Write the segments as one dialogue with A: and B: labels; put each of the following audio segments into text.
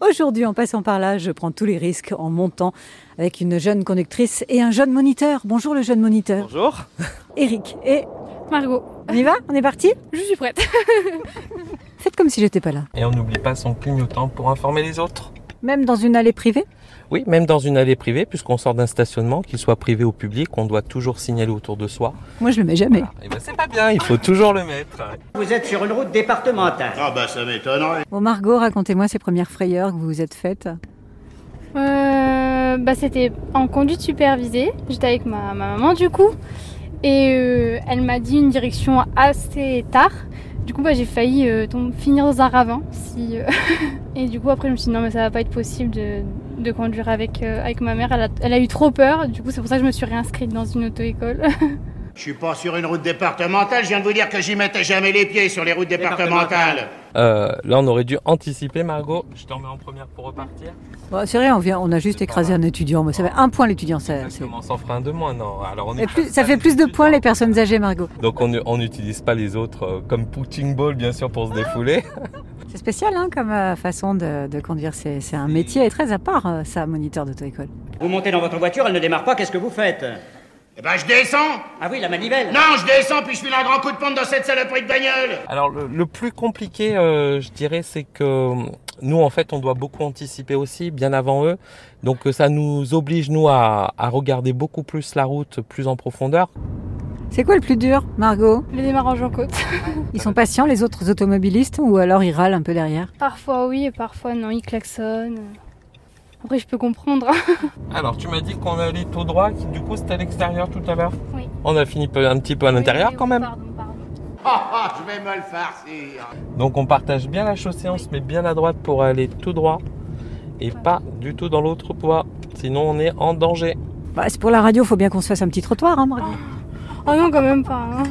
A: Aujourd'hui, en passant par là, je prends tous les risques en montant avec une jeune conductrice et un jeune moniteur. Bonjour le jeune moniteur.
B: Bonjour.
A: Eric et
C: Margot,
A: on y va On est parti
C: je suis prête.
A: Faites comme si j'étais pas là.
B: Et on n'oublie pas son clignotant pour informer les autres.
A: Même dans une allée privée
B: Oui, même dans une allée privée, puisqu'on sort d'un stationnement, qu'il soit privé ou public, on doit toujours signaler autour de soi.
A: Moi, je le mets jamais.
B: Et ben c'est pas bien, il faut toujours le mettre.
D: Vous êtes sur une route départementale.
E: Ah bah ça m'étonnerait.
A: Bon, Margot, racontez-moi ces premières frayeurs que vous vous êtes faites.
C: Euh, bah, c'était en conduite supervisée. J'étais avec ma, ma maman du coup. Et euh, elle m'a dit une direction assez tard. Du coup, bah, j'ai failli euh, tomber- finir dans un ravin. Si, euh, Et du coup, après, je me suis dit non, mais ça va pas être possible de, de conduire avec, euh, avec ma mère. Elle a, elle a eu trop peur. Du coup, c'est pour ça que je me suis réinscrite dans une auto-école.
E: Je suis pas sur une route départementale, je viens de vous dire que j'y mettais jamais les pieds sur les routes départementales.
B: Euh, là, on aurait dû anticiper, Margot. Je t'en mets en première pour repartir.
A: Bon, c'est vrai, on, vient, on a juste
B: C'est pas
A: écrasé un
B: grave.
A: étudiant. Moi, ça fait un point l'étudiant. Ça, c'est-
B: Exactement, ça en fera un de moins, non Alors on
A: Et
B: est
A: plus-
B: pas-
A: ça fait plus de points les personnes âgées, Margot.
B: Donc on ne- on n'utilise pas les autres euh, comme punching ball, bien sûr,
A: Ah.
B: pour se défouler.
A: C'est spécial hein, comme euh, façon de, de conduire. C'est c'est un métier très à part, euh, ça, moniteur d'auto-école.
D: Vous montez dans votre voiture, elle ne démarre pas, qu'est-ce que vous faites
E: Eh ben je descends
D: Ah oui, la manivelle
E: Non, je descends puis je file un grand coup de pompe dans cette saloperie de bagnole
B: Alors le, le plus compliqué, euh, je dirais, c'est que euh, nous, en fait, on doit beaucoup anticiper aussi, bien avant eux. Donc euh, ça nous oblige, nous, à, à regarder beaucoup plus la route, plus en profondeur.
A: C'est quoi le plus dur, Margot
C: Le démarrage en côte.
A: Ils sont patients, les autres automobilistes, ou alors ils râlent un peu derrière
C: Parfois oui et parfois non, il klaxonne. Après, je peux comprendre.
B: Alors tu m'as dit qu'on allait tout droit, qui du coup c'était à l'extérieur tout à l'heure
C: Oui.
B: On a fini peu- un petit peu à l'intérieur
C: Oui,
B: quand même.
C: pardon, pardon.
E: Ah ah, je vais me le farcir
B: Donc on partage bien la chaussée, on se met bien à droite pour aller tout droit et pas du tout dans l'autre voie. Sinon on est en danger.
A: Bah, C'est pour la radio, faut bien qu'on se fasse un petit trottoir, hein, Margot.
C: Oh non, quand même pas. hein.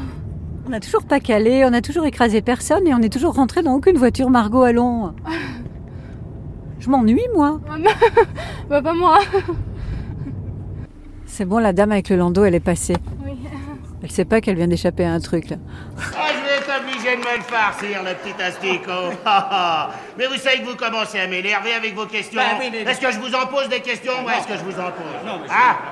A: On n'a toujours pas calé, on a toujours écrasé personne et on est toujours rentré dans aucune voiture, Margot, allons. Je m'ennuie, moi.
C: Bah pas moi.
A: C'est bon, la dame avec le landau, elle est passée.
C: Oui.
A: Elle sait pas qu'elle vient d'échapper à un truc, là.
E: Ah, je vais être obligé de me le farcir, le petit asticot Ah, ah. Mais vous savez que vous commencez à m'énerver avec vos questions.
D: Bah oui, mais-
E: Est-ce que je vous en pose des questions ou est-ce que je vous en pose
D: Non, mais je-
E: Ah